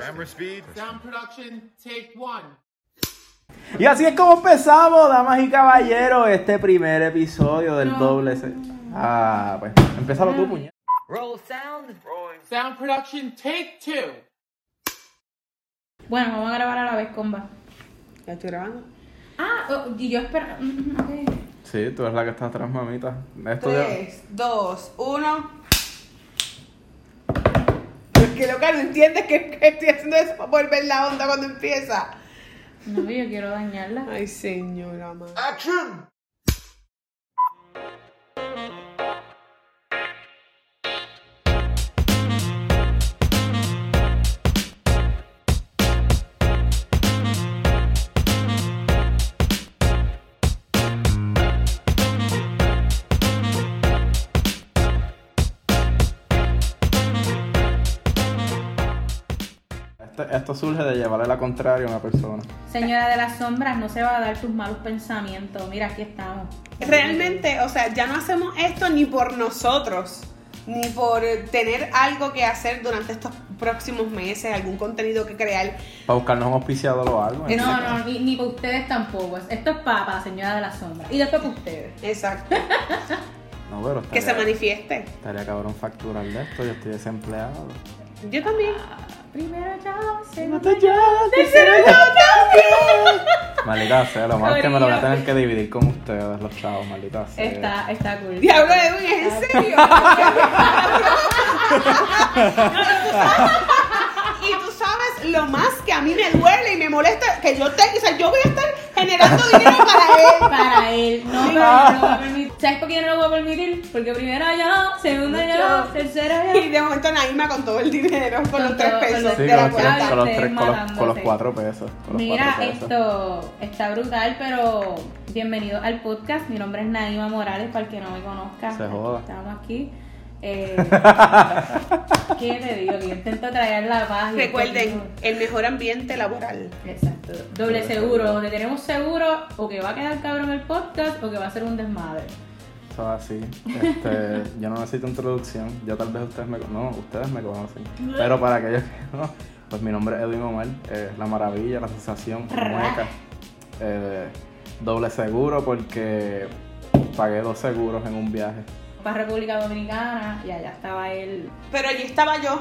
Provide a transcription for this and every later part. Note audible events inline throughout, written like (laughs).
camera speed. Sound production, take one. Y así es como empezamos, damas y caballeros, este primer episodio del doble C. Ah, pues, empezalo tú, puñet. Roll sound. Sound production, take two. Bueno, vamos a grabar a la vez, comba. ¿Ya estoy grabando? Ah, oh, y yo espero. mm, ok. Sí, tú eres la que está atrás, mamita. Pues. Esto ya- 3, 2, 1. Porque lo que no entiendes que que estoy haciendo eso para volver la onda cuando empieza. No, yo quiero dañarla. Ay, señora, madre. Action! Esto, esto surge de llevarle la contraria a una persona. Señora de las sombras, no se va a dar tus malos pensamientos. Mira, aquí estamos. Realmente, o sea, ya no hacemos esto ni por nosotros, ni por tener algo que hacer durante estos próximos meses, algún contenido que crear. Para buscarnos un auspiciador o algo. No, no, ni, ni para ustedes tampoco. Esto es para, para la señora de las sombras. Y después para ustedes. Exacto. No, pero Que se estaría- manifieste. Estaría cabrón facturar de esto, yo estoy desempleado. Yo también. Primero ya, segundo Maldita sea, lo malo es que me lo voy a Corillo. tener que dividir con ustedes, los chavos, maldita sea. Está, está cool. Diablo, Edwin, ¿es en (laughs) serio? y tú sabes lo más que a mí me duele y me molesta que yo tengo, o sea, yo voy a estar generando dinero para él. Para él, no, pero no Ah. lo voy a permitir. ¿Sabes por qué no lo voy a permitir? Porque primero yo, segundo yo, Yo. tercero yo. Y de momento Naima con todo el dinero, con los Con tres todo, con pesos los Sí, de con la los, tres, cuenta. con, los Ay, tres, con, los, con los mamándose. cuatro pesos. con los Mira, cuatro pesos. esto está brutal, pero bienvenido al podcast. Mi nombre es Naima Morales, para el que no me conozca. Se aquí joda. Estamos aquí. Eh, (laughs) ¿Qué te digo? Que yo intento traer la paz. y Recuerden, este el mejor ambiente laboral. tipo- Exacto. Doble Doble seguro. seguro, donde tenemos seguro o que va a quedar cabrón el podcast o que va a ser un desmadre. Eso es así. (laughs) Este, yo no necesito introducción. Ya tal vez ustedes me conocen. No, ustedes me conocen. Pero para aquellos que no, pues mi nombre es Edwin Omar. eh, la maravilla, la sensación, la mueca. Eh, doble seguro porque pagué dos seguros en un viaje. Para República Dominicana, y allá estaba él. Pero allí estaba yo,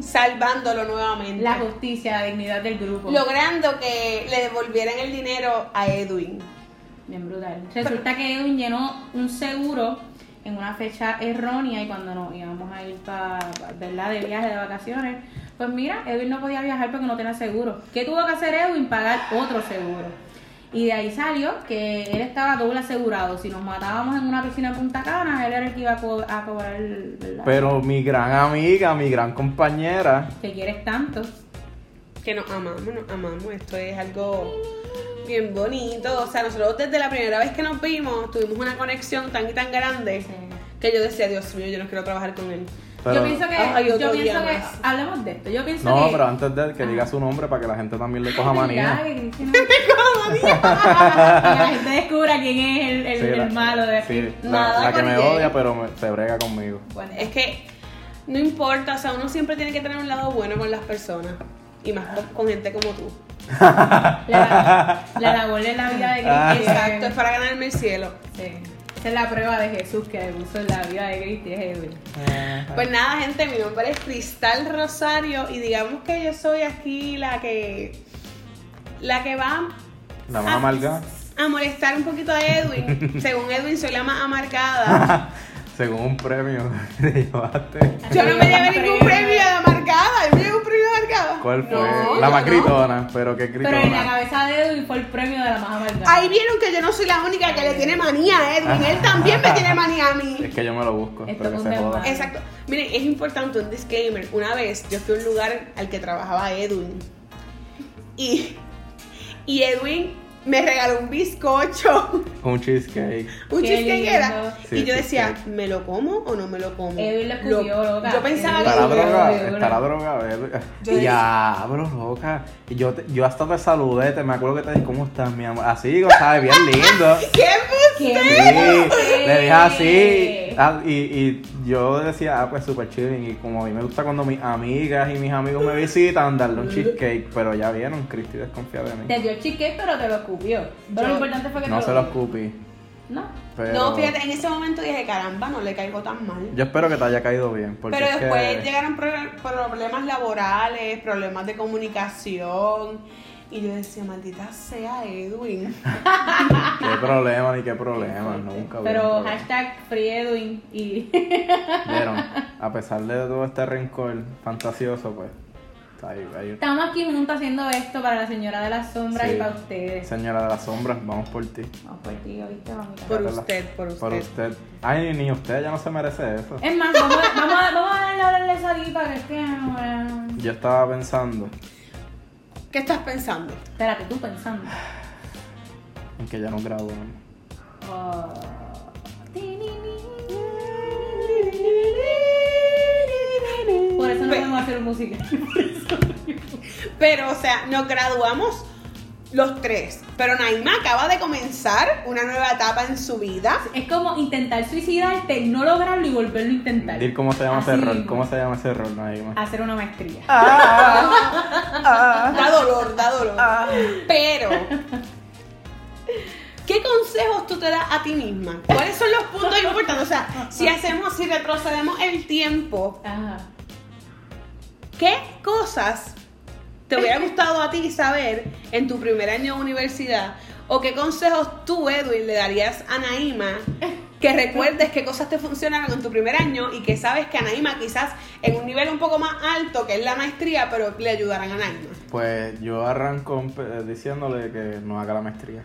salvándolo nuevamente. La justicia, la dignidad del grupo. Logrando que le devolvieran el dinero a Edwin. Bien brutal. Resulta que Edwin llenó un seguro en una fecha errónea y cuando nos íbamos a ir para, ¿verdad?, de viaje, de vacaciones, pues mira, Edwin no podía viajar porque no tenía seguro. ¿Qué tuvo que hacer Edwin? Pagar otro seguro. Y de ahí salió que él estaba doble asegurado. Si nos matábamos en una piscina en Punta Cana, él era el que iba a, co- a cobrar, ¿verdad? Pero mi gran amiga, mi gran compañera, que quieres tanto. que nos amamos, nos amamos. Esto es algo bien bonito. O sea, nosotros desde la primera vez que nos vimos tuvimos una conexión tan y tan grande que yo decía, Dios mío, yo no quiero trabajar con él. (laughs) Pero- yo pienso que, Ay, otro yo día pienso que, más. hablemos de esto. Yo pienso No, que, pero antes de él, que Ajá. diga su nombre para que la gente también le coja Ay, manía. verdad, Ah. que Cristina- (laughs) Para que la gente descubra quién es el, el- Sí, el la- malo de aquí. sí, la- Nada la que con me Jay. odia, pero me- se brega conmigo. Bueno, Es que no importa, o sea, uno siempre tiene que tener un lado bueno con las personas y más con, con gente como tú. la, (laughs) la labor de la vida de Ah, Cristi. Exacto, es para ganarme el cielo. Sí. Esa es la prueba de Jesús que le puso en la vida de Cristi es Edwin. Eh, Ah. Pues nada, gente, mi nombre es Cristal Rosario y digamos que yo soy aquí la que la que va La ah. más amarga, a molestar un poquito (laughs) a Edwin. Según Edwin, soy la más amargada. según un premio (laughs) que te llevaste. Yo no me llevé ningún premio de amargada. Yo me llevé un premio de amargada. ¿Cuál fue? No, la yo más no. gritona, pero qué Pero en la gritona. cabeza de Edwin fue el premio de la más amargada. Ahí vieron que yo no soy la única que le tiene manía a Edwin. Ah. Él también me tiene manía a mí. Es que yo me lo busco, Esto pero que es se un joda. desmadre. Exacto. Miren, es importante un disclaimer. Una vez yo fui a un lugar al que trabajaba Edwin. Y, y Edwin me regaló un bizcocho. (laughs) Con un cheesecake. Un Qué cheesecake era. lindo. Sí, y yo decía, cheesecake. ¿me lo como o no me lo como? Edwin lo Lo- escupió, loca. Yo pensaba que Estará Para droga, Yo- estará droga. ver- Yo- Diablo, loca. Y Yo, te- yo hasta te saludé, te me acuerdo que te dije, ¿cómo estás, mi amor? Así, ¿sabes? Bien lindo. ¿Qué ¿Qué? Sí, le dije así. Ah, y, y yo decía, ah, pues super chilling. Y como a mí me gusta cuando mis amigas y mis amigos me visitan, darle un cheesecake. Pero ya vieron, Cristi desconfía de Te mí. dio chique, pero te lo escupió. Pero Yo- lo importante fue que No te se lo escupí. No. Pero No, fíjate, en ese momento dije, caramba, no le caigo tan mal. Yo espero que te haya caído bien. Porque Pero es que- después llegaron pro- problemas laborales, problemas de comunicación. Y yo decía, maldita sea Edwin. Qué problema, (laughs) ni qué problema. Nunca hubo Pero un problema. hashtag Free Edwin y (laughs) Vieron, a pesar de todo este rencor fantasioso, pues. Ahí, ahí. estamos aquí juntos haciendo esto para la señora de las sombras Sí. y para ustedes. Señora de las sombras, vamos por ti. pues, Vamos por ti, ¿oíste, mamita? Por Trátala. usted, por usted. Por usted. Ay, ni usted ya no se merece eso. Es más, vamos a, vamos a, vamos a darle a hablarle a esa tipa que es que. bueno, Yo estaba pensando ¿Qué estás pensando? espérate, tú pensando. en que ya no grabó. Oh. Por eso no Pe- podemos hacer música. Pero, o sea, nos graduamos los tres. Pero Naima acaba de comenzar una nueva etapa en su vida. Es como intentar suicidarte, no lograrlo y volverlo a intentar. Dir cómo se llama ese Así error. mismo. ¿Cómo se llama ese error? No hay más. Hacer una maestría. Ah. Da dolor, da dolor. Pero, ¿qué consejos tú te das a ti misma? ¿Cuáles son los puntos importantes? O sea, si hacemos, si retrocedemos el tiempo, Ajá. ¿qué cosas te hubiera gustado a ti saber en tu primer año de universidad? ¿O qué consejos tú, Edwin, le darías a Naima que recuerdes qué cosas te funcionaron en tu primer año y que sabes que a Naima quizás en un nivel un poco más alto, que es la maestría, pero le ayudarán a Naima? Pues yo arranco eh, diciéndole que no haga la maestría.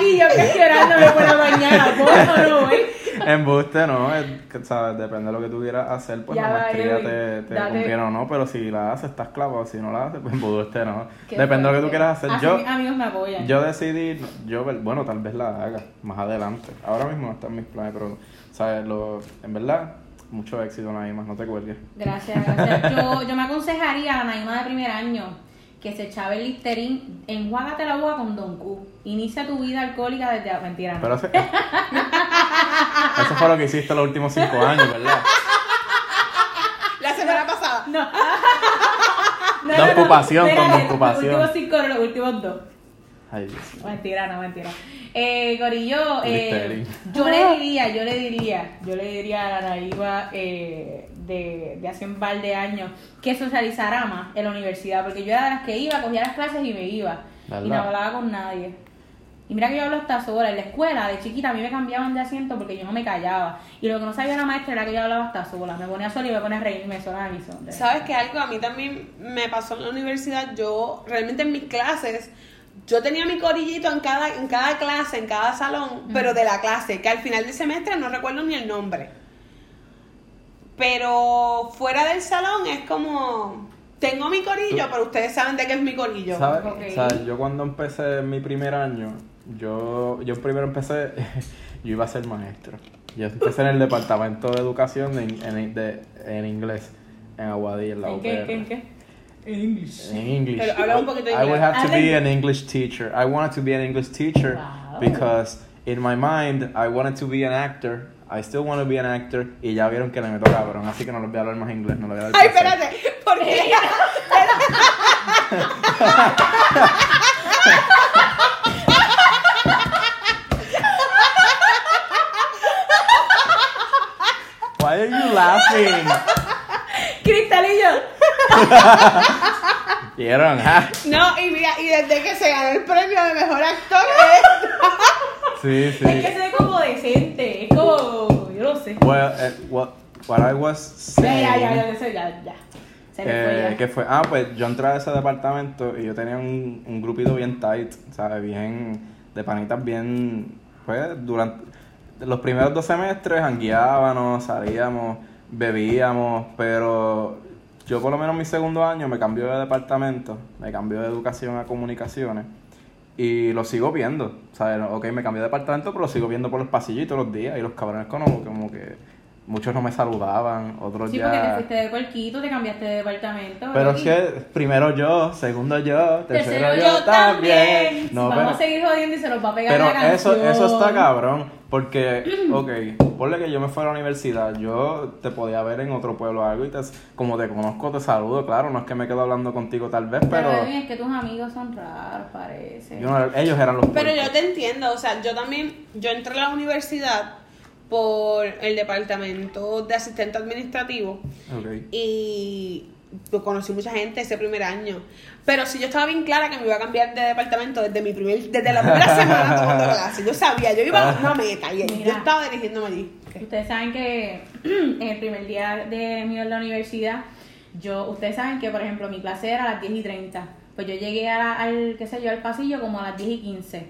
Y yo que llorándome por la mañana, ¿puedo no, güey? Embuste, no, es que, sabes, depende de lo que tú quieras hacer, pues Ya la va, maestría Edwin, te, te date. conviene o no, pero si la haces estás clavado, si no la haces, pues embuste, no. Qué Depende de lo que fuerte. tú quieras hacer. Así Yo, mis Ah, amigos me apoyan. Yo decidí, yo bueno, tal vez la haga más adelante. Ahora mismo no están mis planes, pero sabes, lo, en verdad, mucho éxito nada más, no te cuelgues. Gracias, gracias. Yo, yo me aconsejaría a la Naima de primer año que se echaba el listerín, enjuágate la boca con Don Q. Inicia tu vida alcohólica desde la mentira. no. Pero ese- (laughs) eso fue lo que hiciste los últimos cinco años, ¿verdad? La semana pasada. No. Don Q pasión, con Don Q Los últimos pasión. cinco, no, los últimos dos. Ay, Dios. Mentira, no, mentira. Eh, Gorillo, eh, Listerine. yo le diría, yo le diría, yo le diría a la naiva eh, de, de hace un par de años que socializara más en la universidad, porque yo era de las que iba, cogía las clases y me iba. Y no ¿Verdad? hablaba con nadie. Y mira que yo hablo hasta sola. En la escuela, de chiquita, a mí me cambiaban de asiento porque yo no me callaba. Y lo que no sabía la maestra era que yo hablaba hasta sola. Me ponía sola y me ponía a reírme sola de mi sombra. ¿Sabes que algo a mí también me pasó en la universidad? Yo realmente en mis clases yo tenía mi corillito en cada en cada clase, en cada salón, pero de la clase, que al final del semestre no recuerdo ni el nombre. Pero fuera del salón es como tengo mi corillo, pero ustedes saben de qué es mi corillo. ¿Sabes? Ok. ¿Sabes? Yo cuando empecé mi primer año, yo, yo primero empecé, (laughs) yo iba a ser maestro. Yo empecé en el departamento de educación de in- en, de- en inglés, en Aguadilla, en la ¿En qué? UPR. ¿Qué? ¿En qué? (laughs) In English. Pero habla un poquito de I would inglés. have to be Habla- an English teacher. I wanted to be an English teacher Wow. because in my mind I wanted to be an actor. I still want to be an actor. Y ya vieron que le meto cabrón, así que no les voy a hablar más inglés, no les voy a dar Ay, placer. espérate, porque Why are you (laughs) laughing? Cristalillo. Vieron, ah? (laughs) no, y mira, y desde que se ganó el premio de mejor actor, eh, Sí, sí. Es que se ve como decente, es como, yo no sé. Well, eh, what, what I was Ya, saying. ya, ya, ya, ya, ya, ya. Se me Eh, fue ya. que fue, ah, pues yo entré a ese departamento y yo tenía un, un grupito bien tight, ¿sabes? Bien, de panitas bien, pues, durante los primeros dos semestres jangueábamos, salíamos, bebíamos, pero yo por lo menos mi segundo año me cambió de departamento, me cambió de educación a comunicaciones y lo sigo viendo, ¿sabes? Ok, me cambié de departamento, pero lo sigo viendo por los pasillitos los días y los cabrones como, como que muchos no me saludaban, otros Sí, ya... porque te fuiste de cuerquito, te cambiaste de departamento. Pero ¿no? es que primero yo, segundo yo, tercero, Tercero yo, también. No, Vamos a pero, seguir jodiendo y se nos va a pegar pero la canción. eso, eso está cabrón. Porque, ok, ponle que yo me fuera a la universidad, yo te podía ver en otro pueblo o algo y te, como te conozco, te saludo, claro, no es que me quedo hablando contigo tal vez, Pero, pero Edwin, es que tus amigos son raros, parece. yo no- ellos eran los Pero puercos. yo te entiendo, o sea, yo también, yo entré a la universidad por el departamento de asistente administrativo Ok. y yo conocí mucha gente ese primer año. Pero si yo estaba bien clara que me iba a cambiar de departamento desde mi primer, desde la primera semana tomando clase, yo sabía, yo iba a una meta y yo Mira. estaba dirigiéndome allí. Ustedes saben que (clears throat) en el primer día de mío en la universidad, yo, ustedes saben que, por ejemplo, mi clase era a las 10 y 30. Pues yo llegué a la- al, qué sé yo, al pasillo como a las 10 y 15.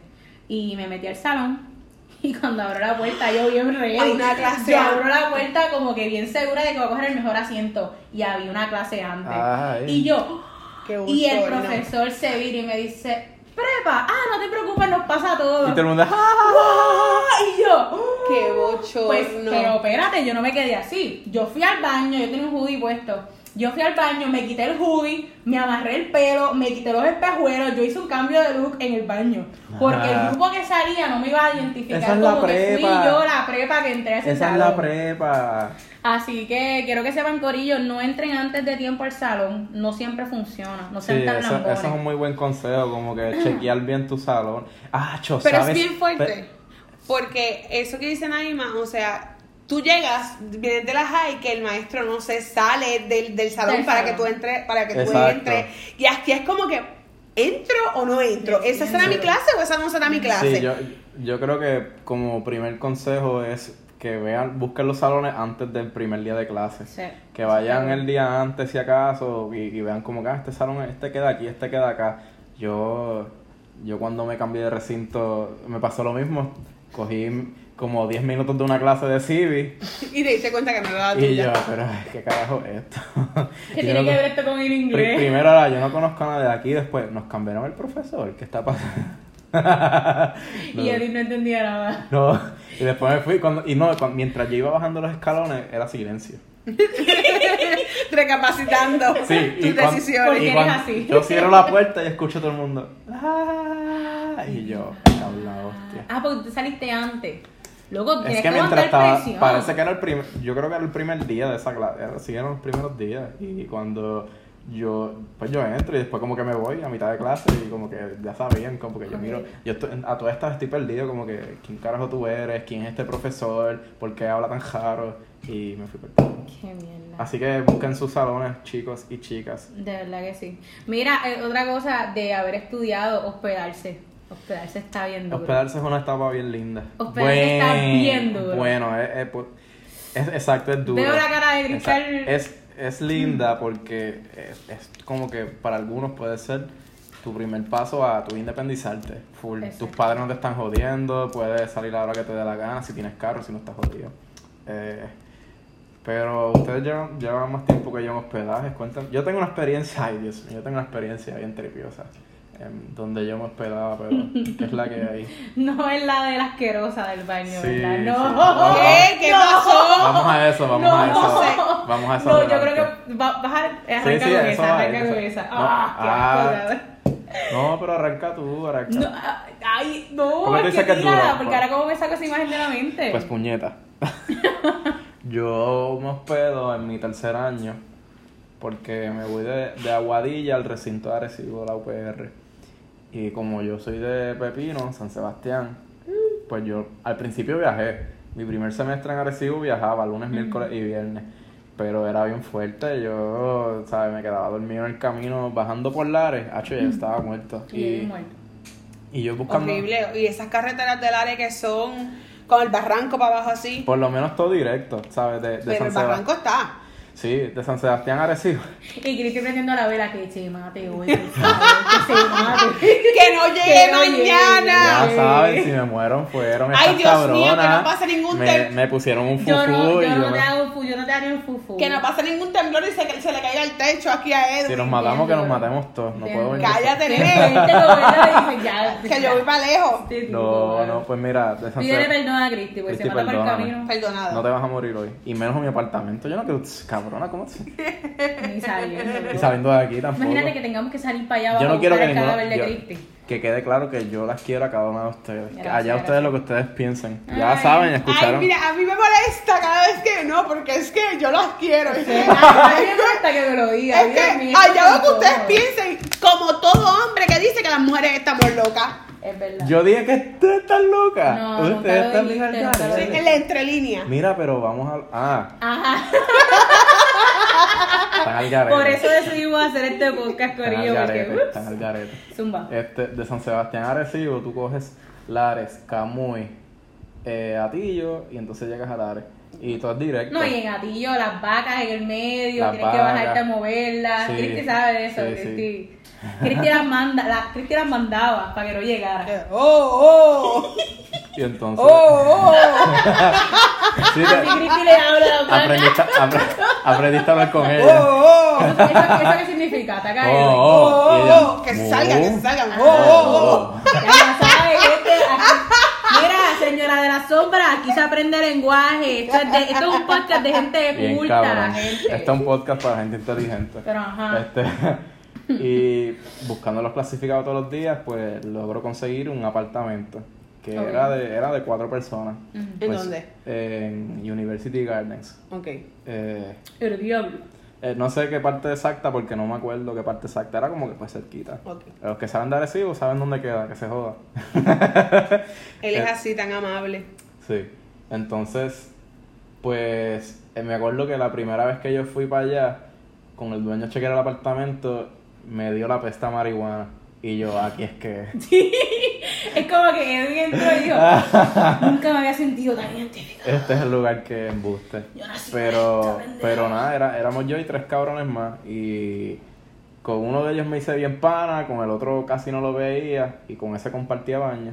Y me metí al salón. (laughs) Y cuando abro la puerta, yo bien ready. Hay una clase Yo antes. abro la puerta como que bien segura de que voy a coger el mejor asiento. Y había una clase antes. Ay. Y yo, Qué y el bochorno. profesor se vira y me dice, prepa, ah, no te preocupes, nos pasa todo. Y todo el mundo, ¡ah! ¡Ah! (laughs) Y yo, ¡ah! Qué Pues, bochorno. pero espérate, yo no me quedé así. Yo fui al baño, yo tenía un hoodie puesto. Yo fui al baño, me quité el hoodie, me amarré el pelo, me quité los espejuelos, yo hice un cambio de look en el baño. Porque Ah. el grupo que salía no me iba a identificar Esa es la como que fui prepa. yo la prepa que entré a ese esa es la salón. prepa. Así que quiero que sepan, Corillo, no entren antes de tiempo al salón. No siempre funciona, no Sí, sean tan eso, lambones. eso es un muy buen consejo, como que chequear bien tu salón. Ah, cho, Pero ¿sabes? es bien fuerte. Pe- Porque eso que dice Naima, o sea, tú llegas, vienes de la high que el maestro no se sale del, del salón Del para salón. que tú entres, para que tú Exacto. entres. Y aquí es como que, ¿entro o no entro? Sí, ¿Esa será mi sí. clase o esa no será mi clase? Sí, yo, yo creo que como primer consejo es que vean, busquen los salones antes del primer día de clases. Sí. Que vayan el día antes si acaso y, y vean como que ah, este salón, este queda aquí, este queda acá. Yo, yo cuando me cambié de recinto me pasó lo mismo. Cogí como 10 minutos de una clase de Civi Y te diste cuenta que no era la y yo, tuya. pero ay, ¿qué carajo es esto? Ah, (laughs) ¿Qué Yo tiene no- que ver esto con el Pri- inglés? primero ahora yo no conozco a nadie de aquí, después nos cambiaron el profesor, ¿qué (laughs) está pasando? (laughs) Y Edith no entendía nada. No, (laughs) y después me fui cuando, y no, cuan- mientras yo iba bajando los escalones era (laughs) silencio. Recapacitando Sí, tus cuan- decisiones. Porque y eres cuan- así. Yo cierro (laughs) la puerta y escucho a todo el mundo. "Ah", y yo, cabrón, la hostia. Ah, porque tú saliste antes. Luego tienes Es que, que mientras aguantar estaba, presión. parece que era el primer, yo creo que era el primer día de esa clase, era- sí, eran los primeros días. Y cuando yo, pues yo entro y después como que me voy a mitad de clase y como que ya sabían, como que yo miro, yo estoy- a todas estas estoy perdido, como que, ¿quién carajo tú eres? ¿Quién es este profesor? ¿Por qué habla tan raro? Y me fui por Qué mierda. Así que busquen sus salones, chicos y chicas. De verdad que sí. Mira, eh, otra cosa de haber estudiado, hospedarse. Hospedarse está bien duro. Hospedarse es una etapa bien linda. Hospedarse está Buen- bien duro. Bueno, es, es pu- es- exacto, es duro. Veo la cara de Cristal. Esa- Es, es linda porque es, es como que para algunos puede ser tu primer paso a tu independizarte. Full. Exacto. Tus padres no te están jodiendo, puedes salir a la hora que te dé la gana, si tienes carro, si no estás jodido. Eh, pero ustedes llevan, llevan más tiempo que yo en hospedajes. Cuéntame. Yo tengo una experiencia, ay Dios mío, yo tengo una experiencia bien tripiosa. em, donde yo me hospedaba, (laughs) pero es la que hay. No es la de la asquerosa del baño, Sí, ¿verdad? sí. (laughs) No. ¿Qué? ¿Qué pasó? Vamos a eso, vamos Oh, No, a eso. no sé. Vamos a eso. No, yo adelante. creo que va, vas a arrancar Sí, sí, con eso esa, va, arranca eso. con esa. No, Ah, qué ah. No, pero arranca tú, arranca. asco, no, ah, Ay, no, ¿Cómo te es que dice que es tírala, duro? porque ahora cómo me saco esa imagen de la mente. Pues puñeta. (laughs) Yo me hospedo en mi tercer año porque me voy de, de Aguadilla al recinto de Arecibo de la UPR. Y como yo soy de Pepino, San Sebastián, pues yo al principio viajé. Mi primer semestre en Arecibo viajaba lunes, miércoles y viernes. Pero era bien fuerte, yo, ¿sabes? Me quedaba dormido en el camino bajando por Lares. Hacho, ya estaba muerto. Y Edith muerta. y yo buscando... Horrible. Y esas carreteras del área que son con el barranco para abajo así. Por lo menos todo directo, ¿sabes? De, de Pero San el Sebastián. barranco está. Sí, de San Sebastián a (laughs) Arecibo. Y Cristi prendiendo la vela que (laughs) se mate hoy, que se mate. Que no llegue Que no llegue. mañana. Ya Ay. saben, si me muero fueron estas Ay, Dios mío, que no cabronas. pase ningún me, ter- me pusieron un fufu Yo no, y yo yo no me- te hago fu- yo no te Darío Fufu. Que no pase ningún temblor y se, se le caiga el techo aquí a Edwin. Si nos matamos, que nos matemos todos. No Bien. puedo venir. Cállate, Que nene. lo dice, ya. (laughs) que yo voy para lejos. Este tipo, No, bueno. no, pues mira, de San Pídele Seb- perdón a Cristi, porque se Cristi, mata por el perdóname. camino. Perdonada. no te vas a morir hoy. Y menos en mi apartamento. Yo no creo, tss, cabrona, ¿cómo? te- Ni saliendo. Y saliendo de aquí tampoco. Imagínate que tengamos que salir para allá abajo yo a no quiero que buscar el ninguna. cadáver de yo- Cristi. que quede claro que yo las quiero a cada una de ustedes. Que Gracias, Allá ustedes gracias. lo que ustedes piensen. Ya Ay. saben, ya Ay, escucharon. mira, a mí me molesta cada vez que no, porque es que yo las quiero. (laughs) Es que, A mí me gusta que me lo diga. es Dios que mío, allá esto lo que ustedes todo. piensen, como todo hombre que dice que las mujeres estamos locas. Es verdad. Yo dije que ustedes están locas. No, nunca ustedes lo están dijiste, bien al nunca lo garete. En la entrelínea. Mira, pero vamos a. Ah, Ajá. están al garete. Por eso decidimos hacer este podcast con Están al ellos. Porque, garete, ups, están al garete. zumba. Este, de San Sebastián a Arecibo, tú coges Lares, Camuy, eh, Atillo y entonces llegas a Lares. Y todo es directo. No, y en gatillo, las vacas en el medio, Las tienes que vacas. bajarte a moverlas. Sí, Cristi sabe eso, sí, sí. Cristi. Cristi las, manda, la- Cristi las mandaba para que no llegara. Oh, oh, Y entonces. oh, oh, sí, te- (laughs) Así Ah, Cristi le habla Ah, a las vacas. aprendiste, apre- aprendiste a hablar con oh, ella. oh, ¿Eso, eso qué significa? Ataca Oh, oh, oh, oh, y ella, oh, que salgan, que oh. salgan, oh, oh, oh. Ya lo sabes, este, aquí- Mira, señora de la sombra, aquí se aprende lenguaje. Esto es, de- esto es un podcast de gente Bien culta, cabrón. eh. gente. Este es un podcast para gente inteligente. Pero ajá. Este, (laughs) y buscando los clasificados todos los días, pues logro conseguir un apartamento que Ok. era, de, era de cuatro personas. Ujú. ¿En Pues, dónde? En University Gardens. Ok. Eh, El diablo. eh, no sé qué parte exacta porque no me acuerdo qué parte exacta. Era como que pues cerquita. Ok. Los que saben de Arecibo saben dónde queda, que se joda. Eh. Él es así tan amable. Sí. Entonces, pues eh, me acuerdo que la primera vez que yo fui para allá, con el dueño chequear el apartamento, me dio la pesta marihuana. Y yo, aquí es (laughs) que. Es como que Edwin entró (laughs) y dijo, nunca me había sentido tan identificado. Este es el lugar que embuste. Yo nací Pero, para esto, pero nada, era, éramos yo y tres cabrones más. Y con uno de ellos me hice bien pana, con el otro casi no lo veía. Y con ese compartía baño.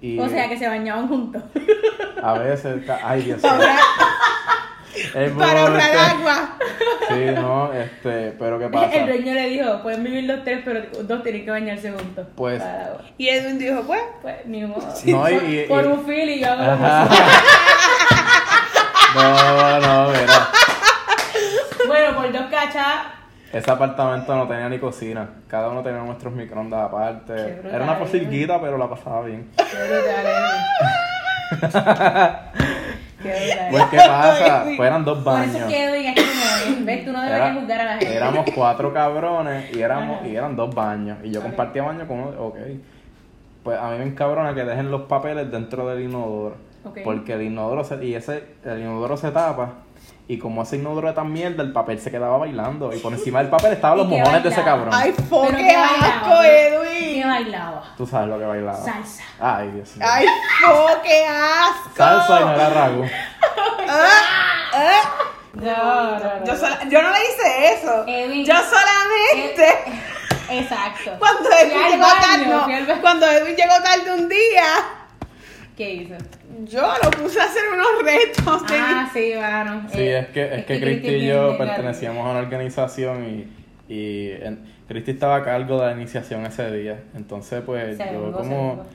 Y O sea, que se bañaban juntos. a veces. ca- Ay, (laughs) Dios mío. Para, Es para ahorrar fuerte. agua. Sí, no, este, pero ¿qué El pasa? dueño le dijo, pueden vivir los tres, pero dos tienen que bañarse juntos. Pues- Para- Y Edwin dijo, pues, pues, ni modo. (laughs) No, y- y- por y- un feel y yo hago lo Ajá. No, no, mira. mismo. (laughs) Bueno, por dos cachas, Ese apartamento no tenía ni cocina. Cada uno tenía nuestros microondas Qué aparte. brutal. Era una posilguita, pero la pasaba bien. Qué brutal, (laughs) Edwin. Qué brutal. Pues, ¿qué (laughs) pasa? Pues eran dos Por eso baños. es que Edwin es como es. Ves, tú no deberías Era- juzgar a la gente. éramos cuatro cabrones y, éramos, Ajá. y eran dos baños. Y yo Ok. compartía baño con uno. Ok. Pues a mí me encabrona que dejen los papeles dentro del inodoro. Ok. Porque el inodoro se, y ese, el inodoro se tapa. Y como ese inodoro era tan mierda, el papel se quedaba bailando. Y por encima del papel estaban los ¿Y qué mojones de ese bailaba? cabrón. ay, fo, Pero qué que bailaba, asco, Que Edwin. bailaba. Tú sabes lo que bailaba. Salsa. Ay, Dios mío. Ay, fo, qué asco. Salsa y no era ragu. Ah, ah. No, no, no. Yo, sola- yo no le hice eso. Edwin. Yo solamente. Exacto. Cuando Fui Edwin, al llegó baño, tarde, no, fui al ba- cuando Edwin llegó tarde un día, ¿Qué hizo? yo lo puse a hacer unos retos. de- Ah, sí, bueno. Sí, Eh, es que, es que Cristi Cristi y bien yo legal. pertenecíamos a una organización y, y en- Cristi estaba a cargo de la iniciación ese día. Entonces, pues Se yo vengó, se como... vengó.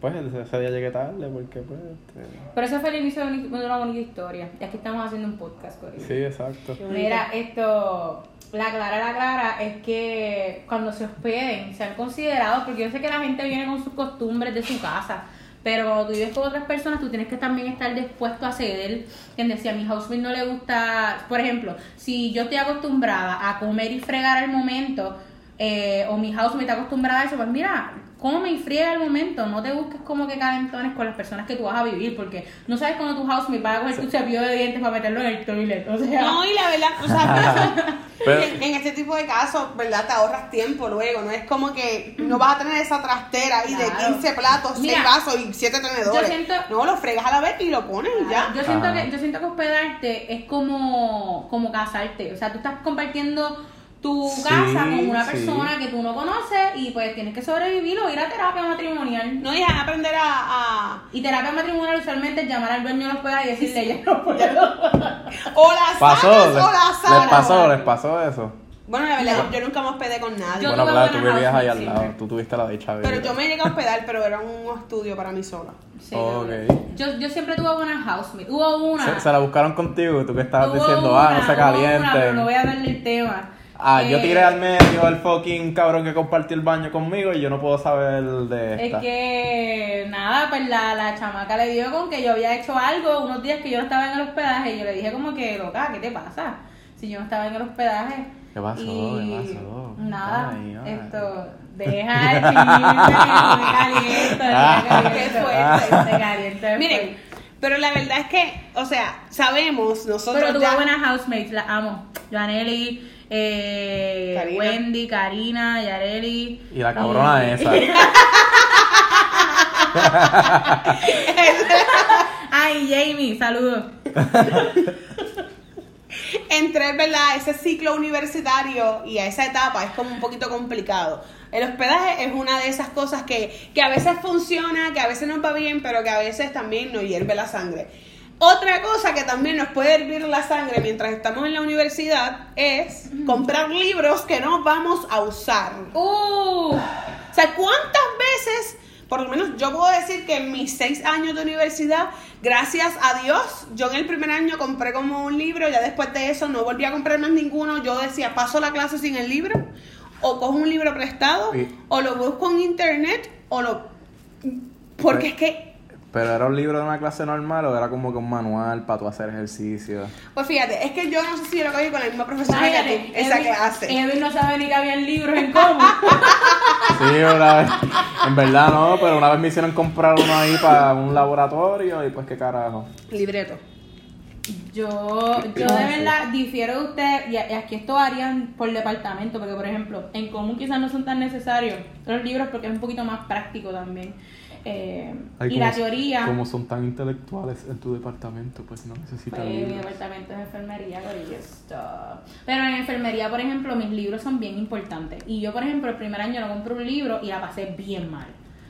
Pues ese día llegué tarde porque pues... este, Pero eso fue el inicio de un- de una bonita historia. Y aquí estamos haciendo un podcast con Edwin. Sí, exacto. Mira, esto, la clara, la clara es que cuando se hospeden, sean considerados, porque yo sé que la gente viene con sus costumbres de su casa, pero cuando tú vives con otras personas, tú tienes que también estar dispuesto a ceder. ¿Entiendes? Si a mi housemate no le gusta, por ejemplo, si yo estoy acostumbrada a comer y fregar al momento, eh, o mi housemate está acostumbrada a eso, pues mira, come y friega al momento, no te busques como que calentones con las personas que tú vas a vivir, porque no sabes cuando tu housemate va a coger tu cepillo de dientes para meterlo en el toilet, o sea... No, y la verdad, o sea, (laughs) Pero- en, en este tipo de casos, ¿verdad? Te ahorras tiempo luego, no es como que no vas a tener esa trastera y de Claro. 15 platos, 6 Mira, vasos y 7 tenedores. yo siento- No, lo fregas a la vez y lo pones y ya. Yo siento, Ajá. que, yo siento que hospedarte es como, como casarte. O sea, tú estás compartiendo tu Sí, casa con una sí. persona que tú no conoces y pues tienes que sobrevivir o ir a terapia matrimonial. No, y a aprender a, Y terapia matrimonial usualmente es llamar al dueño de los pegas y decirle, ya no puedo. a... O la Pasó, sacas les, o la les sacas. pasó, les pasó eso. Bueno, la verdad, yo nunca me hospedé con nadie. Yo bueno, tuve claro, tú buenas vivías ahí housemates al lado, siempre. tú tuviste la dicha de Pero ir. yo me llegué a hospedar, pero era un estudio para mí sola. Sí, Ok. no. yo, yo siempre tuve buenas housemates. Hubo una. se, se la buscaron contigo y tú que estabas hubo diciendo, una, ah, no se hubo una, pero no voy caliente. a darle el tema. Ah, yo Eh, tiré al medio al fucking cabrón que compartió el baño conmigo y yo no puedo saber de Es esta. que nada, pues la, la chamaca le dio con que yo había hecho algo unos días que yo no estaba en el hospedaje y yo le dije como que loca, ¿qué te pasa? Si yo no estaba en el hospedaje. ¿Qué pasó? Y ¿Qué pasó? Nada, Ay, ay. esto, deja de chisme, te caliento, Ah. te caliento, Qué fuerte. te caliento. Miren, pero la verdad es que, o sea, sabemos nosotros Pero tuve ya... buenas housemates, las amo. Joanelli, eh, Karina. Wendy, Karina, Yareli. Y la cabrona (laughs) y- esa. Ay, Jamie, saludos. entrar, ¿verdad? a Ese ciclo universitario y a esa etapa es como un poquito complicado. El hospedaje es una de esas cosas que, que a veces funciona, que a veces nos va bien, pero que a veces también nos hierve la sangre. Otra cosa que también nos puede hervir la sangre mientras estamos en la universidad es comprar libros que no vamos a usar. Uh, O sea, ¿cuántas veces, por lo menos yo puedo decir que en mis seis años de universidad, gracias a Dios, yo en el primer año compré como un libro, ya después de eso no volví a comprar más ninguno, yo decía, paso la clase sin el libro, o cojo un libro prestado, Y- o lo busco en internet, o lo... Porque es que, Pero era un libro de una clase normal o era como que un manual para tú hacer ejercicio. (laughs) pues fíjate, es que yo no sé si yo lo cogí con la misma profesora que Imagínate, tú, esa Edwin- que hace. Edwin no sabe ni que habían libros en común. Sí, una vez. En verdad no, pero una vez me hicieron comprar uno ahí para un laboratorio y pues qué carajo. Libreto. Yo, yo de verdad difiero de ustedes, y, y aquí esto varían por departamento, porque por ejemplo, en común quizás no son tan necesarios los libros porque es un poquito más práctico también. Eh, Ay, y como- la teoría, Como son tan intelectuales en tu departamento, pues no pues, necesitan mi libros. departamento es enfermería, pero esto. Pero en enfermería, por ejemplo, mis libros son bien importantes. Y yo, por ejemplo, el primer año no compré un libro y la pasé bien mal.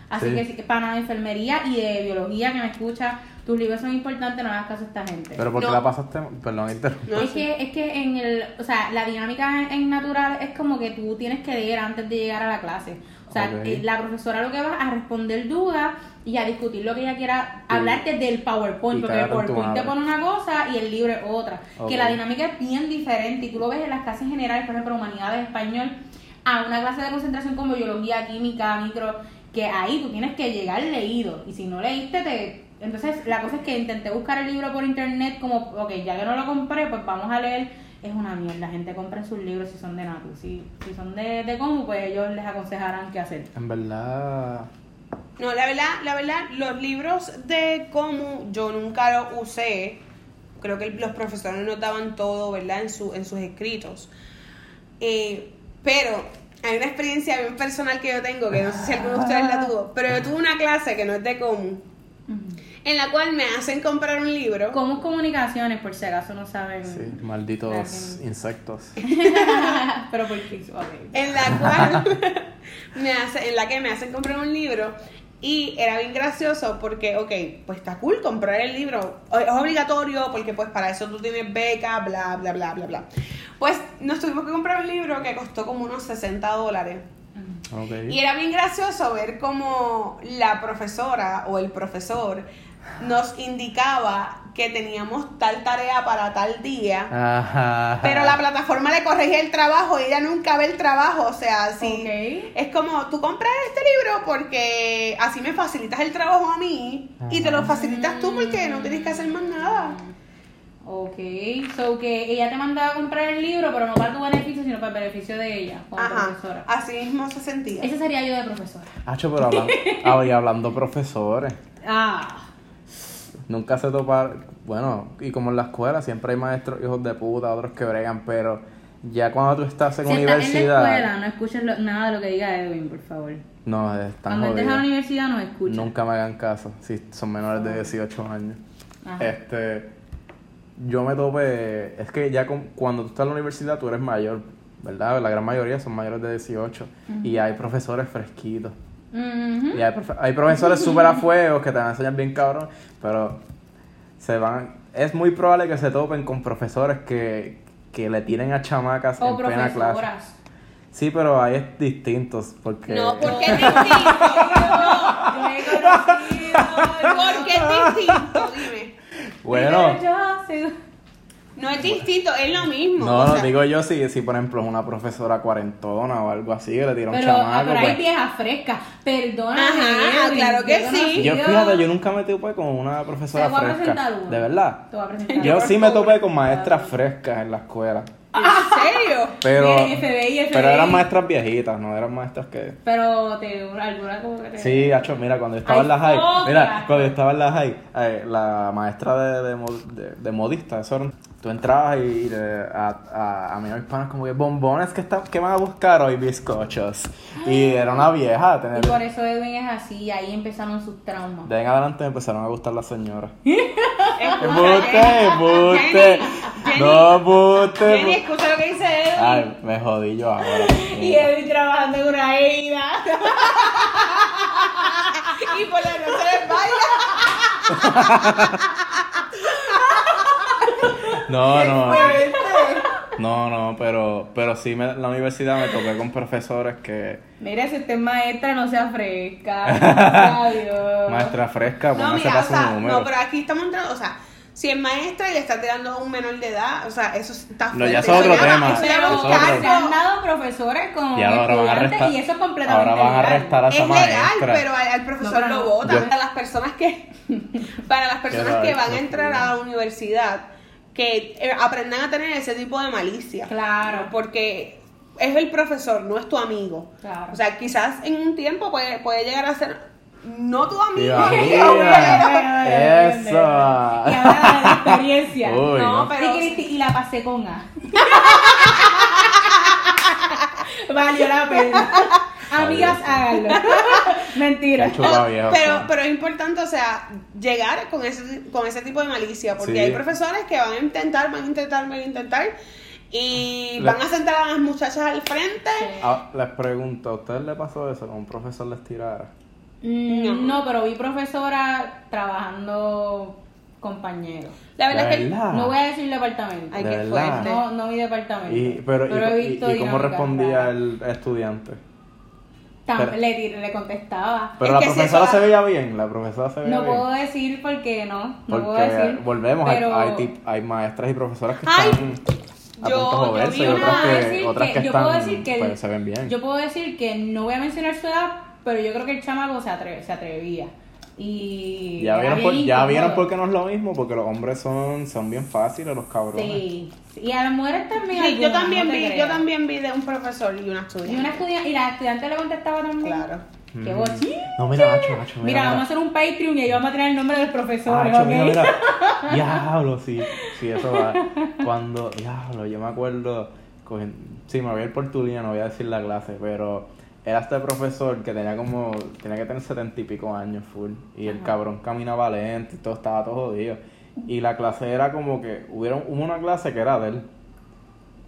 Así Sí. que sí que para de enfermería y de biología que me escucha, tus libros son importantes, no hagas caso a esta gente. Pero porque No. la pasaste. Perdón, interrumpí. No, es, sí. que, es que en el, o sea, la dinámica en, en natural es como que tú tienes que leer antes de llegar a la clase. O sea, Ok. eh, la profesora lo que va a responder dudas y a discutir lo que ella quiera, Sí. hablarte del PowerPoint, Y porque el cagar en tu PowerPoint te madre. pone una cosa y el libro es otra. Ok. Que la dinámica es bien diferente y tú lo ves en las clases generales, por ejemplo, humanidades, español, a una clase de concentración como biología, química, micro, que ahí tú tienes que llegar leído. Y si no leíste, te... Entonces, la cosa es que intenté buscar el libro por internet como, ok, ya que no lo compré, pues vamos a leer. Es una mierda, gente, compren sus libros si son de Natu. Si, si son de, de Comu, pues ellos les aconsejarán qué hacer. En verdad. No, la verdad, la verdad, los libros de Comu yo nunca los usé. Creo que los profesores nos daban todo, ¿verdad? En, su, en sus escritos. Eh, pero hay una experiencia bien personal que yo tengo, que no sé si alguno de ustedes la tuvo, pero yo tuve una clase que no es de Comu, en la cual me hacen comprar un libro. Comu comunicaciones, por si acaso no saben. Sí, malditos Mm. Gracias. (laughs) insectos. Pero por qué. ok. en la cual (laughs) me hace, en la que me hacen comprar un libro y era bien gracioso porque, ok, pues está cool comprar el libro, o- es obligatorio porque pues para eso tú tienes beca, bla, bla, bla, bla, bla. Pues nos tuvimos que comprar un libro que costó como unos 60 dólares. Ok. Y era bien gracioso ver cómo la profesora o el profesor nos indicaba que teníamos tal tarea para tal día. Ajá. Pero la plataforma le corregía el trabajo y ella nunca ve el trabajo. O sea, si Ok. es como tú compras este libro porque así me facilitas el trabajo a mí y te lo facilitas tú porque no tienes que hacer más nada. Ok, so que ella te mandaba a comprar el libro, pero no para tu beneficio, sino para el beneficio de ella, como Ajá, profesora. así mismo se sentía. Esa sería yo de profesora. (laughs) Hacho, pero hablando, ah, y hablando profesores. Ah, Nunca se topar. Bueno, y como en la escuela, siempre hay maestros hijos de puta, otros que bregan, pero ya cuando tú estás en si estás en la universidad. escuela, no escuches lo- nada de lo que diga Edwin, por favor. no, están Cuando estés en la jodidos. universidad, no escuches. Nunca me hagan caso si son menores de 18 años. Ajá. Este, yo me topé, es que ya con- cuando tú estás en la universidad tú eres mayor, ¿verdad? La gran mayoría son mayores de 18 y hay profesores fresquitos. Ujú. Y hay, profe- hay profesores súper a fuego que te van a enseñar bien cabrón, pero se van. Es muy probable que se topen con profesores que, que le tiren a chamacas O en plena clase. profesoras. Sí, pero ahí es distintos porque No, (laughs) porque No. pues, es distinto. Yo he conocido. (laughs) Porque es distinto, dime. bueno, Pero yo soy- No es distinto, es lo mismo. no, o no sea, digo yo si, si por ejemplo es una profesora cuarentona o algo así que le tira a un Pero, ah, chamaco. pero hay pues. viejas frescas. Perdóname. Ajá, Edwin, claro que yo he sí. conocido- Yo fíjate, yo nunca me topé con una Te profesora voy a fresca. presentar una. De verdad. Te voy a presentar Yo una. sí me topé con maestras frescas en la escuela. ¿En serio? Pero, Miren, FBI, FBI. pero eran maestras viejitas, no eran maestras que. Pero te alguna como que te- Sí, hacho, mira, cuando yo estaba en la Ay, high, foca. mira, cuando yo estaba en la high, eh, la maestra de, de, mod- de- de modista, eso era- tú entrabas y le- a, a, a mí a mis panas como que bombones que, están, que van a buscar hoy bizcochos. Y era una vieja, tener, Y por eso Edwin es así, y ahí empezaron sus traumas. de ahí en adelante me empezaron a gustar las señoras. ¡Eh, Jenny, ¡Bute, bute! Jenny, ¡No, bute! Jenny, escucha lo que dice Edwin. Ay, me jodí yo ahora. Y Edwin trabajando en una herida. Y por la noche les baila. No, no. No, no, pero, pero sí me- la universidad me topé con profesores que. Mira, si usted es maestra, no sea fresca. (laughs) Adiós. Maestra fresca, pues No, no se mira, o pasa sea, un número. no, pero aquí estamos entrando, o sea, si es maestra y le está tirando a un menor de edad, o sea, eso está No, ya fuerte. eso es otro Eso ya- tema, eso ya Pero eso es buscar otro se han algo- dado profesores con Y ahora van a estudiantes arrestar- y eso es completamente ahora van a legal. arrestar a Es esa legal, maestra. pero al, al profesor No, pero lo no. vota. Yo- Para las personas que, (laughs) para las personas Qué que raro, van a entrar a la universidad, que eh, aprendan a tener ese tipo de malicia. Claro. Porque es el profesor, no es tu amigo. Claro. O sea, quizás en un tiempo puede, puede llegar a ser no tu Sí, amigo. (laughs) amiga. Eso. Y ahora la experiencia. (laughs) Uy, No, no. pero- Y Cristi- y la pasé con A. (laughs) Valió la pena. (laughs) Amigas, háganlo. (laughs) Mentira. Qué chulo. Chupa viejo, pero, sí. pero es importante, o sea, llegar con ese, con ese tipo de malicia, porque Sí. hay profesores que van a intentar, van a intentar, van a intentar, y La- van a sentar a las muchachas al frente. Ah, les pregunto, ¿a ustedes le pasó eso? Que un profesor les tirara. Mm, No, pero vi profesora trabajando compañero. La verdad es que... ¿Verdad? No voy a decir departamento. Ay, De qué verdad. fuerte. No, no mi departamento. Ah. Y, pero, y- he y- visto y cómo dinámicas respondía raras. el estudiante? Tam- pero- le, tir- le contestaba. Pero Es la que si profesora eso- se veía bien, la profesora se veía No bien. puedo decir porque no. No puedo Porque decir. volvemos, hay- pero- hay, tip- hay maestras y profesoras que Ay, están a yo- punto de yo joderse vi y una- otras puedo que, decir otras que, yo están, puedo decir que el- pues, se ven bien. Yo puedo decir que no voy a mencionar su edad, pero yo creo que el chamaco se, atre- se atrevía. Y. ya era vieron, bien por, ya vieron incómodo. por qué no es lo mismo, porque los hombres son, son bien fáciles, los cabrones. Sí. Y a las mujeres Sí, también. yo algunas, también no te vi, yo creas. también vi de un profesor y una Y, estudiante. una estudia- y la estudiante le contestaba también. Claro. Qué bochín. No, mira, macho, macho, Mira, mira. vamos a hacer un Patreon y ahí vamos a tener el nombre de los profesores. Macho, ¿ok? Ah, mira, mira. Diablo, sí, sí, eso va. Cuando, diablo, yo me acuerdo, cogiendo- sí, me voy a ir por tu línea, no voy a decir la clase, pero era este profesor que tenía como, tenía que tener setenta y pico años full, y el cabrón caminaba lento y todo, estaba todo jodido. Y la clase era como que, hubiera, hubo una clase que era de él.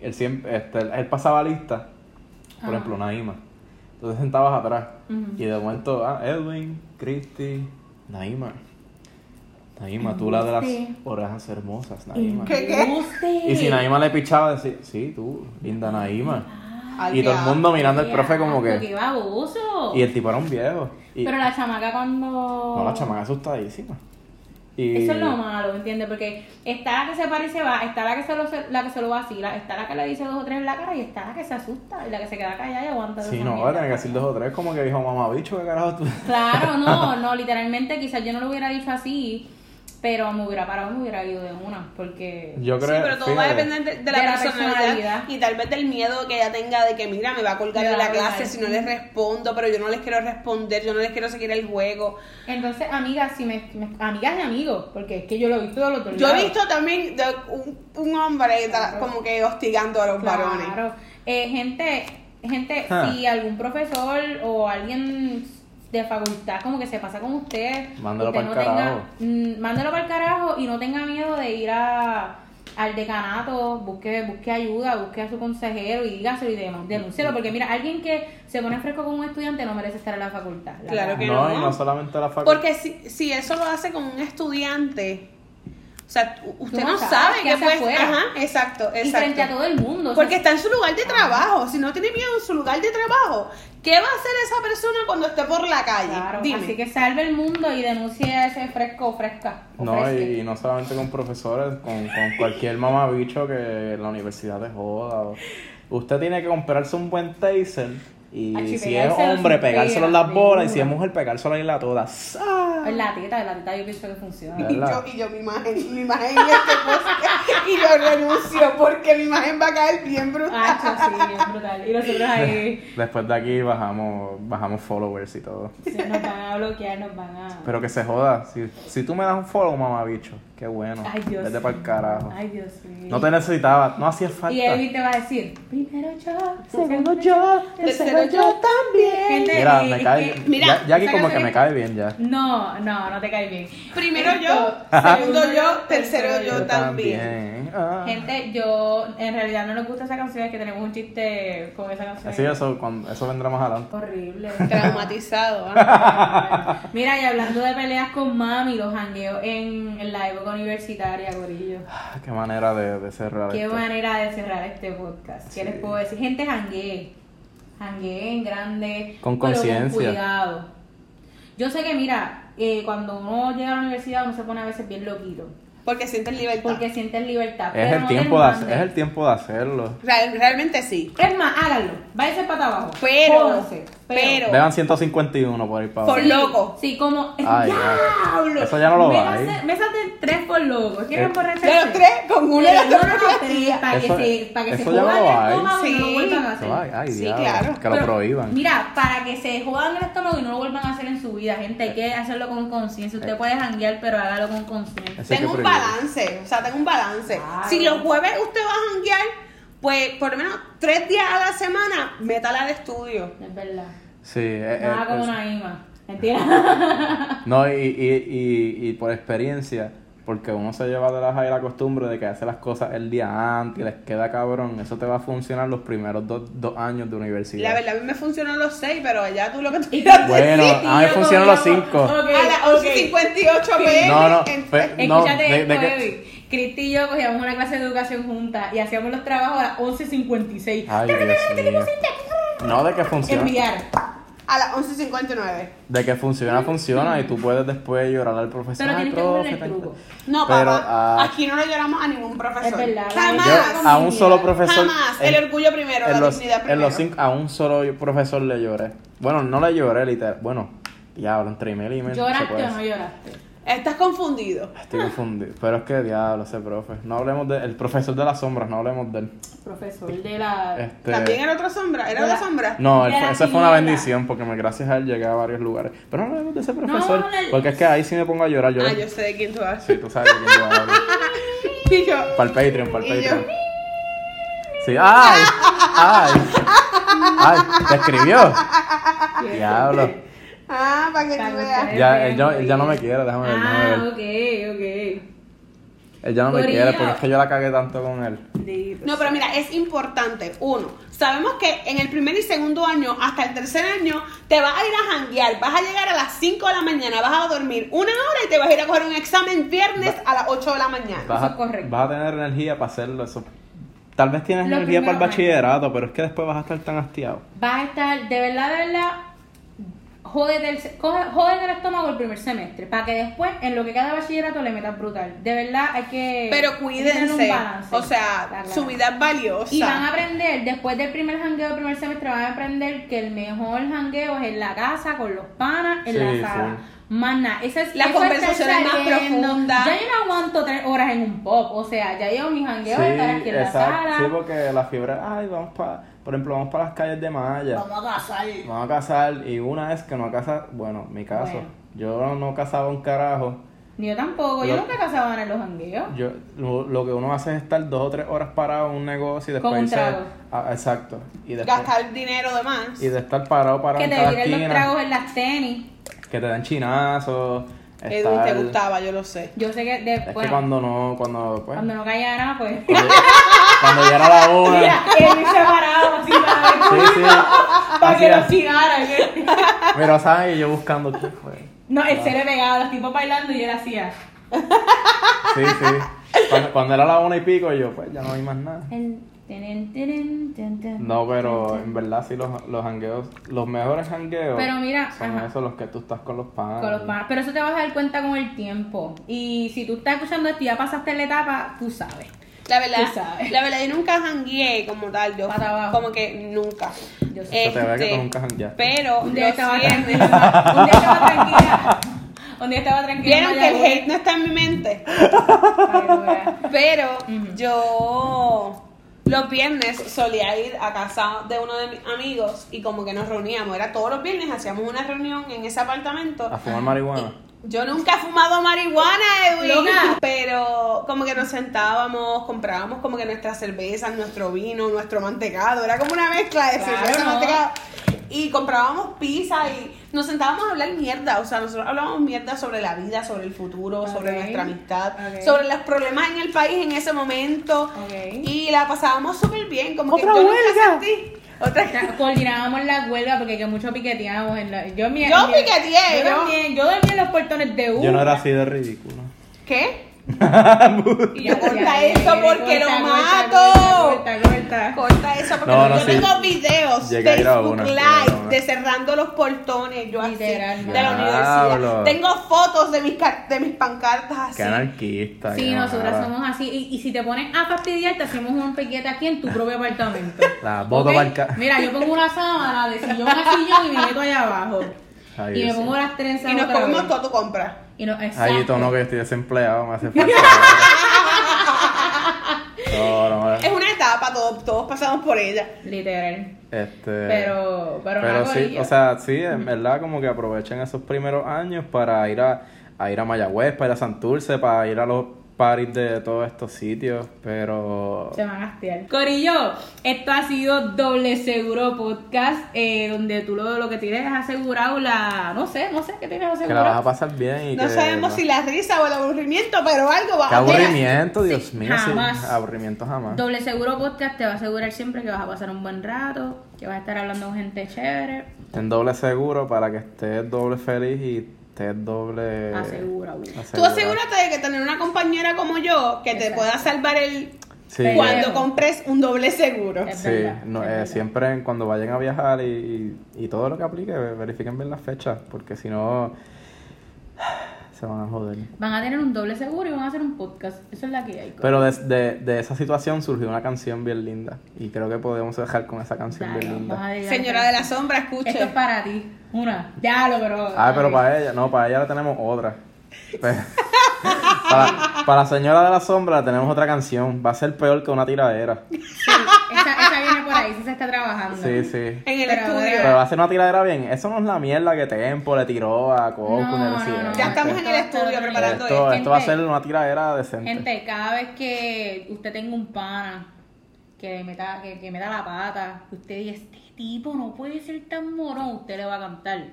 Él siempre, este, él pasaba lista, por Ajá. ejemplo, Naima. Entonces sentabas atrás, Ujú. y de momento, ah, Edwin, Christy, Naima. Naima, tú la de las Sí. orejas hermosas, Naima. ¿Qué, qué? Embuste. Y si Naima le pichaba, decía, sí, tú, linda Naima. Ah. Ay, Y todo qué el mundo mirando al Qué profe como asco, que... qué baboso. Y el tipo era un viejo. Y, Pero la chamaca cuando. no, la chamaca asustadísima. Y, Eso es lo malo, ¿entiendes? Porque está la que se para y se va, está la que se lo, la que se lo vacila, está la que le dice dos o tres en la cara y está la que se asusta y la que se queda callada y aguanta. Sí, esa no, mierda. va a tener que decir dos o tres, como que dijo, mamá, bicho, ¿qué carajo tú? (laughs) Claro, no, no, literalmente quizás yo no lo hubiera dicho así, pero me hubiera parado, me hubiera ido de una, porque... Yo Sí, creo pero todo va a fíjate, depender de, de la, De la personalidad, personalidad. y tal vez del miedo que ella tenga de que, mira, me va a colgar Me de va la a clase colgar. si no les respondo, pero yo no les quiero responder, yo no les quiero seguir el juego. Entonces, amigas, si me, me- amigas y amigos, porque es que yo lo he visto de los dos Yo he lados. visto también de un, un hombre ta- como que hostigando a los varones. Claro. Eh, gente, gente, Ah. si algún profesor o alguien de facultad como que se pasa con usted, Mándalo usted pa'l tenga- carajo. mm, mándalo para el carajo y no tenga miedo de ir a al decanato, busque, busque ayuda, busque a su consejero y dígaselo y demás, denúncielo, porque mira, alguien que se pone fresco con un estudiante no merece estar en la facultad. la Claro verdad. que No, no. y no solamente la facultad. Porque si, si eso lo hace con un estudiante, o sea, u- usted no no sabes sabe qué qué hace puede afuera. Ajá, exacto, Y frente a exacto. todo el mundo. o sea, Porque está en su lugar de trabajo. Si no tiene miedo en su lugar de trabajo, ¿qué va a hacer esa persona cuando esté por la calle? claro, Dime. Así que salve el mundo y denuncie a ese fresco o fresca. o No, fresque. y, no solamente con profesores, con, con cualquier mamabicho que la universidad te joda. o- Usted tiene que comprarse un buen taser y Achi, si es pegárselo hombre, sin pegárselo en pena, las bolas y si es duro. mujer, pegárselo en la toda. ¡Sa! En la teta, en la teta yo pienso que funciona. Ya. Y yo, ¿Verdad? y yo mi imagen, mi imagen en este podcast, (laughs) y yo renuncio porque mi imagen va a caer bien brutal. Hacho, sí, bien brutal. Y nosotros (laughs) ahí Después de aquí bajamos, bajamos followers y todo. se nos van a bloquear, nos van a. Pero que se joda. Si, si tú me das un follow, mamabicho, qué bueno. Ay, Dios. Vete mío. para el carajo. Ay, Dios mío. No te necesitaba, no hacía falta. Y Evi te va a decir: primero yo, Segundo yo, Tercero yo también. Gente, Mira, y- me y cae. que- Mira, ya, ya aquí esa como que canción- me cae bien ya. No, no, no te cae bien. Primero (laughs) yo, Esto, segundo yo, tercero yo también. también. Ah. Gente, yo en realidad no nos gusta esa canción, es que tenemos un chiste con esa canción. Así eso, cuando, eso vendrá más adelante. Horrible. Traumatizado. ¿ah? Mira, y hablando de peleas con mami, los jangueos en, en la época universitaria, gorillo. Ah, Qué manera de, de cerrar Qué esto. manera de cerrar este podcast. ¿Qué les puedo decir? Gente, janguee. Janguee en grande. Con pero con conciencia. cuidado. Yo sé que, mira, eh, cuando uno llega a la universidad, uno se pone a veces bien loquito. Porque sientes libertad. Porque sientes libertad. Es pero el, no te tiempo de, hac- mandes. es el tiempo de hacerlo. Real- realmente sí. Es más, háganlo. Váyase para abajo. Pero, Jódanse, pero- Beban 151 por ir para Por abajo. loco. Sí, como. Ay, ¡Diablo! eso ya no lo Mesas hay. de- Mesas de tres por loco. Eh, ¿Quieren emborracharse? De los tres, con uno de Pero los no, dos. no, no, tres, para Eso- que se, para que se eso ya no jodan lo ¿eh? el hay. estómago y no lo Sí. vuelvan a hacer. Ay, ay, Sí, diablo, claro. Que lo Pero, prohíban. Mira, para que se jodan el estómago y no lo vuelvan a hacer en su vida, gente, hay que hacerlo con conciencia. Usted Eh. puede janguear, pero hágalo con conciencia. Eso hay que Tengo un prohibirlo. balance, o sea, tengo un balance. Claro. Si los jueves usted va a janguear, pues por lo menos tres días a la semana, métala de estudio. Es verdad. Sí, eh, eh, Nada como es- una (laughs) ima. ¿Entiendes? No, y, y, y, y por experiencia, porque uno se lleva de la y la costumbre de que hace las cosas el día antes y les queda cabrón. Eso te va a funcionar los primeros dos, dos años de universidad. La verdad, a mí me funcionó los seis, pero allá tú lo (laughs) que tú Bueno, a mí Y yo funcionan los comíamos- cinco. Ok, A las ok. 11.58 pm. No, (laughs) no, en- fe- No, Escúchate de- de esto, que- Evi. Cristi y yo cogíamos una clase de educación junta y hacíamos los trabajos a las 11.56. Ay, Dios mío. este No, de que funciona. Enviar. a las 11.59. De que funciona, funciona. Y tú puedes después llorar al profesor. Pero "Ay, tienes que poner el profe, tan- truco. No, Pero, papá, ah, aquí no le lloramos a ningún profesor. Es verdad, la Jamás. Yo a un solo profesor. Jamás. El orgullo primero, la los, dignidad en los primero. cinco, a un solo profesor le lloré. Bueno, no le lloré, literal. Bueno, diablo, entre email y email. no se ¿Lloraste puede o no decir. lloraste? Estás confundido. Estoy confundido. Pero es que diablo ese profe. No hablemos del profesor de las sombras, no hablemos de él. Profesor de (laughs) la... Este, También era otra sombra. Era de la la- sombra. No, el- de la esa fue una tiniebla. bendición porque me, gracias a él llegué a varios lugares. Pero no hablemos de ese profesor. no, no. Porque es que ahí sí me pongo a llorar. Yo, Ah, yo sé de quién tú hablas. (laughs) (laughs) Sí, tú sabes de quién yo hablo. Y yo, Para el Patreon, para Y el yo- Patreon. Sí, ¡ay! ¡ay! ¡ay! ¿Te escribió? Diablo. ah, para que Para tú veas. ustedes Ya, vean, él, no- él ya no me gorillo. quiere, déjame ver. déjame Ah, ver. ok, ok. Él ya no me Gorillo. quiere porque es que yo la cagué tanto con él. Dito. No, pero mira, es importante. Uno, sabemos que en el primer y segundo año, hasta el tercer año, te vas a ir a janguear. Vas a llegar a las 5 de la mañana, vas a dormir una hora y te vas a ir a coger un examen viernes a las 8 de la mañana. Vas Eso a, es correcto. vas a tener energía para hacerlo. Eso. Tal vez tienes Los energía para el primeros años. bachillerato, pero es que después vas a estar tan hastiado. Vas a estar, de verdad, de verdad, jódete el, se- coge- jódete el estómago el primer semestre, para que después, en lo que cada bachillerato, le metas brutal. De verdad, hay que... Pero hay que tener cuídense. un balance. O sea, Claro. su vida es valiosa. Y van a aprender, después del primer jangueo del primer semestre, van a aprender que el mejor jangueo es en la casa, con los panas, en Sí, la sala. sí. Más nada. Esa es, Las eso es estar conversaciones más saliendo. profundas. Ya yo no aguanto tres horas en un pop. O sea, ya yo mis jangueos de estar aquí en exacto. la Sí, sala. porque la fiebre, ay, vamos para, por ejemplo, vamos para las calles de Maya. Vamos a casar. Vamos a casar y una es que no casa, bueno, mi caso, Bueno. yo no casaba un carajo. Ni yo tampoco. Yo Lo- nunca casaba en los jangueos. Yo lo, lo que uno hace es estar dos o tres horas parado en un negocio y después Con un irse- trago. Ah, exacto. Y después- gastar dinero de más. y de estar parado parado Que en te cada viren los esquina, tragos en las tenis. que te dan chinazos, Edwin te estar- gustaba, yo lo sé. Yo sé que Es después. que cuando no, cuando, pues, cuando no callara, pues. (laughs) cuando, cuando ya era la hora, Edwin se paraba así para, sí, sí, (laughs) para que lo así, tirara. ¿qué? pero sabes, Y yo buscando pues. qué fue, No, Ah. él se le pegaba, los tipos bailando y él hacía. sí, sí, cuando, cuando era la una y pico, yo, pues, ya no hay más nada. El tenen, tenen, ten, ten. No, pero en verdad sí los, los hangueos, los mejores hangueos Pero mira, son ajá. esos los que tú estás con los panas. Con los panas. Pero eso te vas a dar cuenta con el tiempo. Y si tú estás escuchando esto y ya pasaste la etapa, tú sabes. La verdad, Tú sabes. la verdad, yo nunca jangueé como tal, yo Para abajo. como que nunca. Yo Se te ve que Este, tú nunca jangueaste. Pero Un día los estaba (laughs) viernes- tranquila. Un día estaba tranquila. Un día estaba tranquila. vieron en que el Mayagüez. hate no está en mi mente. Ay, lo vea. Pero Ujú. yo los viernes solía ir a casa de uno de mis amigos y como que nos reuníamos. Era todos los viernes, hacíamos una reunión en ese apartamento. A fumar marihuana. Yo nunca he fumado marihuana, Edwin, Loca. pero como que nos sentábamos, comprábamos como que nuestras cervezas, nuestro vino, nuestro mantecado, era como una mezcla de Claro. cerveza y mantecado. Y comprábamos pizza y nos sentábamos a hablar mierda, o sea, nosotros hablábamos mierda sobre la vida, sobre el futuro, sobre Ok. nuestra amistad, Ok. sobre los problemas en el país en ese momento. Ok. Y la pasábamos súper bien, como ¡Otra que yo nunca huelga! sentí- otra Ca- Coordinábamos las huelgas porque que mucho piqueteamos. En la- yo, mira, Yo mira, piqueteé, Yo yo- también. Yo dormía en los portones de uno. Yo no era así de (laughs) ridículo. ¿Qué? Y Yo, hacía, corta esto "Mire, porque lo corta, mato". Corta, corta, corta, corta. Corta eso porque No, no, yo sí. tengo videos Llegué a ir a Facebook una, llegué a ir a Live una. de cerrando los portones yo así de la Literal, diablo. universidad. Tengo fotos de mis car- de mis pancartas así. Qué anarquista. Sí, qué nosotras mala. somos así. Y, y si te pones a fastidiar, te hacemos un piquete aquí en tu propio apartamento. (laughs) La boto ¿Ok? pa'l ca- Mira, yo pongo una sábana de sillón a sillón y me meto allá abajo. Ay, y me Dios pongo mío. las trenzas. Y nos otra comemos vez. todo tu compra. Y no, exacto. Ay, Tono, que estoy desempleado, (laughs) me hace falta. no, no, Es una etapa, todos, todos pasamos por ella. Literal. este... Pero, pero, Pero nada, sí, gorillo. o sea, sí, en verdad como que aprovechen esos primeros años para ir a, a ir a Mayagüez, para ir a Santurce, para ir a los parties de todos estos sitios, pero... Se van a hastiar. Corillo, esto ha sido Doble Seguro Podcast, eh, donde tú lo, lo que tienes es asegurado la. No sé, no sé qué tienes Que la vas a asegurado. pasar bien y No que- sabemos si la risa o el aburrimiento, pero algo va Qué aburrimiento, Dios mío, sí, jamás. aburrimiento jamás. Doble Seguro Podcast te va a asegurar siempre que vas a pasar un buen rato, que vas a estar hablando con gente chévere. En doble seguro para que estés doble feliz y estés doble... Asegurado. Tú asegurado. asegúrate de que tener una compañera como yo que te Exacto. pueda salvar el Sí, cuando Pero- compres un doble seguro. Es Sí, verdad, no, es eh, verdad. siempre en- cuando vayan a viajar y, y, y todo lo que aplique, ve- verifiquen bien las fechas, porque si no, (sighs) se van a joder. Van a tener un doble seguro y van a hacer un podcast. Eso es la que hay. corillo. Pero de, de- de esa situación surgió una canción bien linda, y creo que podemos dejar con esa canción Dale, bien vamos linda. a dedicar- Señora de la sombra, Esto es escuche. para ti. Una. Ya lo, pero. Ah, pero para ella, no, para ella la tenemos otra. Pe- (laughs) para, para la señora de la sombra la tenemos otra canción, va a ser peor que una tiradera. Sí, esa, esa viene por ahí, sí se está trabajando. Sí, sí. En el Pero estudio. ahora- Pero va a ser una tiradera bien, eso no es la mierda que Tempo le tiró a Coco. No, no, no, no. Ya estamos en el Esto- estudio esto- preparando oh, Esto, Gente. esto va a ser una tiradera decente. Gente, cada vez que usted tenga un pana que le meta, que, que meta la pata, que usted diga, este tipo no puede ser tan morón, usted le va a cantar.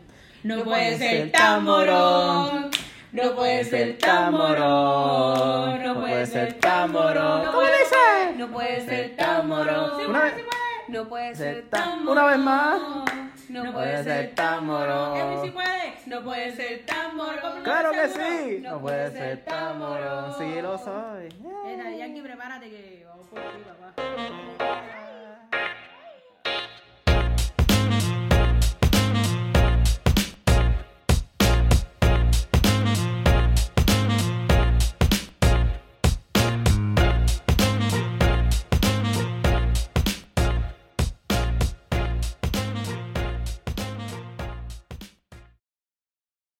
No, puede ser tan morón. No puede ser tan morón, no puede ser tan morón. ¿Cómo dice? No puede ser tan morón. Sí, Una puede, vez- sí puede. No puede ser Tan- Una vez más. No puede ser tan morón. Edwin sí puede. No puede ser tan morón. Claro que Seguro. sí. No puede ser tan morón. Sí lo soy. Eh, Daddy Yankee, prepárate que vamos por aquí, papá.